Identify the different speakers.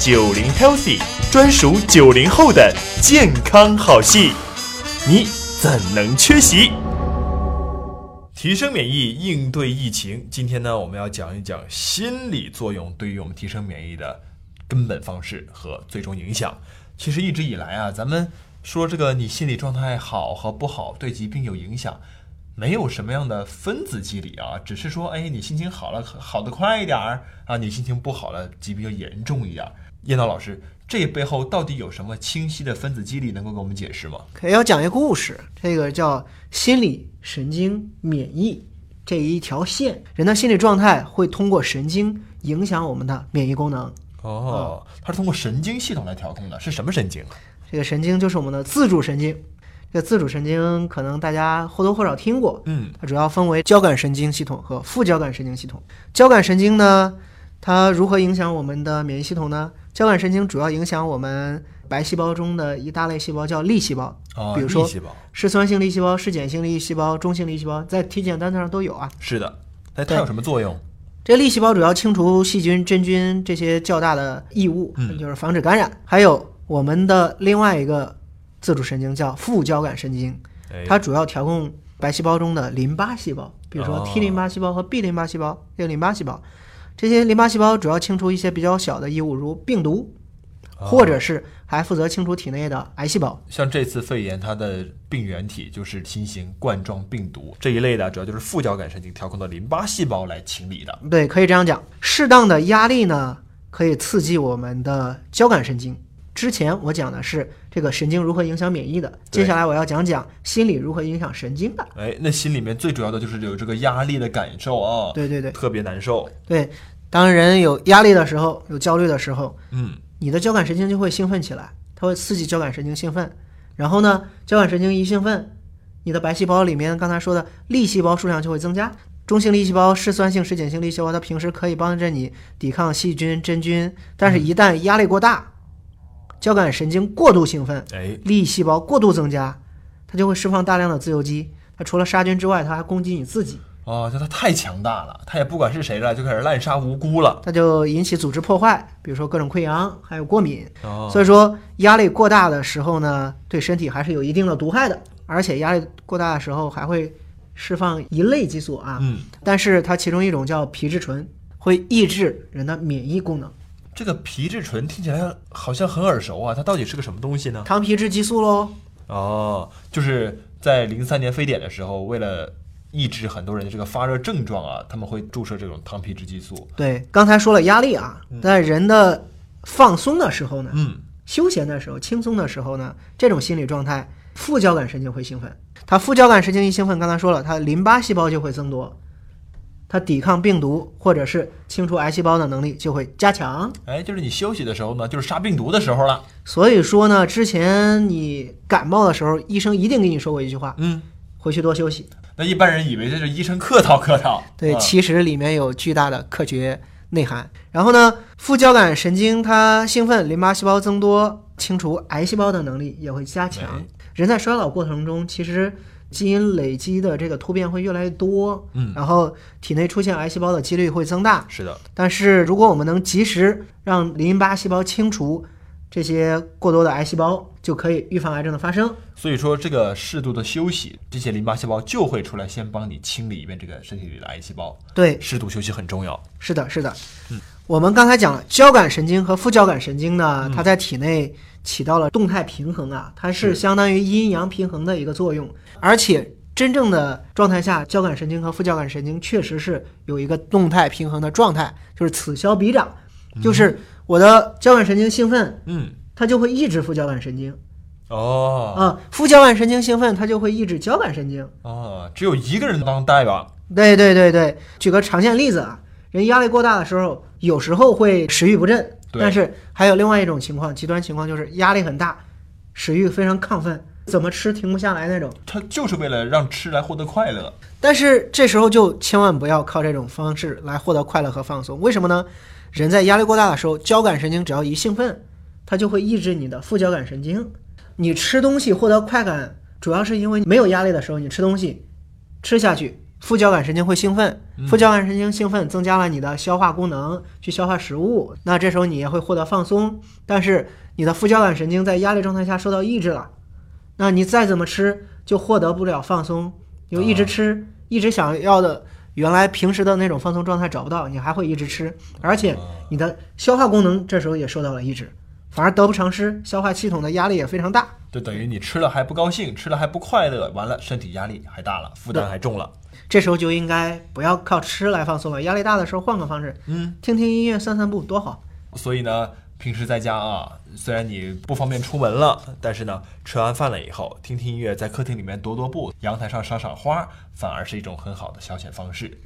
Speaker 1: 九零 Healthy 专属九零后的健康好戏，你怎能缺席？提升免疫，应对疫情。今天呢，我们要讲一讲心理作用对于我们提升免疫的根本方式和最终影响。其实一直以来啊，咱们说这个你心理状态好和不好对疾病有影响，没有什么样的分子机理啊，只是说，哎，你心情好了，好的快一点儿啊，你心情不好了，疾病就严重一点儿。叶导老师，这背后到底有什么清晰的分子机理能够给我们解释吗？
Speaker 2: 可要讲一个故事，这个叫心理神经免疫这一条线，人的心理状态会通过神经影响我们的免疫功能。
Speaker 1: 哦，它是通过神经系统来调控的，是什么神经啊？
Speaker 2: 这个神经就是我们的自主神经。这个自主神经可能大家或多或少听过，
Speaker 1: 嗯，
Speaker 2: 它主要分为交感神经系统和副交感神经系统。交感神经呢，它如何影响我们的免疫系统呢？交感神经主要影响我们白细胞中的一大类细胞，叫粒细胞，
Speaker 1: 哦，
Speaker 2: 比如说
Speaker 1: 粒细胞。
Speaker 2: 嗜酸性粒细胞、嗜碱性粒细胞、中性粒细胞，在体检单子上都有啊。
Speaker 1: 是的，那它
Speaker 2: 对
Speaker 1: 有什么作用？
Speaker 2: 这粒细胞主要清除细菌、真菌这些较大的异物，
Speaker 1: 嗯
Speaker 2: 就是防止感染。还有我们的另外一个自主神经叫副交感神经，
Speaker 1: 哎
Speaker 2: 它主要调控白细胞中的淋巴细胞，比如说
Speaker 1: 哦
Speaker 2: T 淋巴细胞和 B 淋巴细胞，这个淋巴细胞，这些淋巴细胞主要清除一些比较小的异物，如病毒，
Speaker 1: 哦
Speaker 2: 或者是还负责清除体内的癌细胞。
Speaker 1: 像这次肺炎，它的病原体就是新型冠状病毒这一类的，主要就是副交感神经调控的淋巴细胞来清理的。
Speaker 2: 对，可以这样讲。适当的压力呢，可以刺激我们的交感神经。之前我讲的是这个神经如何影响免疫的，
Speaker 1: 对
Speaker 2: 接下来我要讲讲心理如何影响神经的。
Speaker 1: 哎，那心里面最主要的就是有这个压力的感受啊，
Speaker 2: 对对对
Speaker 1: 特别难受。
Speaker 2: 对，当人有压力的时候，有焦虑的时候，
Speaker 1: 嗯，
Speaker 2: 你的交感神经就会兴奋起来，它会刺激交感神经兴奋。然后呢，交感神经一兴奋，你的白细胞里面刚才说的粒细胞数量就会增加。中性粒细胞、嗜酸性、嗜碱性粒细胞，它平时可以帮着你抵抗细菌、真菌，但是
Speaker 1: 嗯
Speaker 2: 一旦压力过大，交感神经过度兴奋，
Speaker 1: 哎，
Speaker 2: 粒细胞过度增加，它就会释放大量的自由基。它除了杀菌之外，它还攻击你自己，
Speaker 1: 哦，就它太强大了，它也不管是谁了，就开始滥杀无辜了。
Speaker 2: 它就引起组织破坏，比如说各种溃疡，还有过敏。
Speaker 1: 哦，
Speaker 2: 所以说，压力过大的时候呢，对身体还是有一定的毒害的，而且压力过大的时候还会释放一类激素啊，
Speaker 1: 嗯，
Speaker 2: 但是它其中一种叫皮质醇，会抑制人的免疫功能，
Speaker 1: 这个皮质醇听起来好像很耳熟啊，它到底是个什么东西呢？
Speaker 2: 糖皮质激素喽。
Speaker 1: 哦，就是在零三年非典的时候，为了抑制很多人的这个发热症状啊，他们会注射这种糖皮质激素。
Speaker 2: 对，刚才说了压力啊，在人的放松的时候呢，
Speaker 1: 嗯，
Speaker 2: 休闲的时候、轻松的时候呢，这种心理状态，副交感神经会兴奋。它副交感神经一兴奋，刚才说了，它淋巴细胞就会增多，它抵抗病毒或者是清除癌细胞的能力就会加强。
Speaker 1: 哎，就是你休息的时候呢，就是杀病毒的时候了。
Speaker 2: 所以说呢，之前你感冒的时候，医生一定跟你说过一句话：
Speaker 1: 嗯，
Speaker 2: 回去多休息。
Speaker 1: 那一般人以为这是医生客套客套。
Speaker 2: 对，
Speaker 1: 啊
Speaker 2: 其实里面有巨大的科学内涵。然后呢，副交感神经它兴奋，淋巴细胞增多，清除癌细胞的能力也会加强
Speaker 1: 哎。
Speaker 2: 人在衰老过程中，其实基因累积的这个突变会越来越多，
Speaker 1: 嗯，
Speaker 2: 然后体内出现癌细胞的几率会增大。
Speaker 1: 是的，
Speaker 2: 但是如果我们能及时让淋巴细胞清除这些过多的癌细胞，就可以预防癌症的发生。
Speaker 1: 所以说这个适度的休息，这些淋巴细胞就会出来先帮你清理一遍这个身体里的癌细胞。
Speaker 2: 对，
Speaker 1: 适度休息很重要。
Speaker 2: 是的，是的。我们刚才讲了，交感神经和副交感神经呢，它在体内起到了动态平衡啊，它是
Speaker 1: 是
Speaker 2: 相当于阴阳平衡的一个作用。而且真正的状态下，交感神经和副交感神经确实是有一个动态平衡的状态，就是此消彼长，就是我的交感神经兴奋，
Speaker 1: 嗯，
Speaker 2: 它就会抑制副交感神经啊、
Speaker 1: 哦
Speaker 2: 副交感神经兴奋，它就会抑制交感神经。
Speaker 1: 哦，只有一个人当大啊吧？
Speaker 2: 对对对对，举个常见例子啊，人压力过大的时候，有时候会食欲不振，
Speaker 1: 对
Speaker 2: 但是还有另外一种情况，极端情况就是压力很大，食欲非常亢奋，怎么吃停不下来那种。
Speaker 1: 他就是为了让吃来获得快乐。
Speaker 2: 但是这时候就千万不要靠这种方式来获得快乐和放松，为什么呢？人在压力过大的时候，交感神经只要一兴奋，它就会抑制你的副交感神经。你吃东西获得快感，主要是因为没有压力的时候，你吃东西吃下去，副交感神经会兴奋，副交感神经兴奋增加了你的消化功能，去消化食物。那这时候你也会获得放松，但是你的副交感神经在压力状态下受到抑制了，那你再怎么吃就获得不了放松，就一直吃，一直想要的原来平时的那种放松状态找不到，你还会一直吃，而且你的消化功能这时候也受到了抑制，反而得不偿失，消化系统的压力也非常大。
Speaker 1: 就等于你吃了还不高兴，吃了还不快乐，完了身体压力还大了，负担还重了。
Speaker 2: 这时候就应该不要靠吃来放松了，压力大的时候换个方式，
Speaker 1: 嗯，
Speaker 2: 听听音乐、散散步多好。
Speaker 1: 所以呢，平时在家啊，虽然你不方便出门了，但是呢，吃完饭了以后，听听音乐，在客厅里面踱踱步，阳台上赏赏花，反而是一种很好的消遣方式。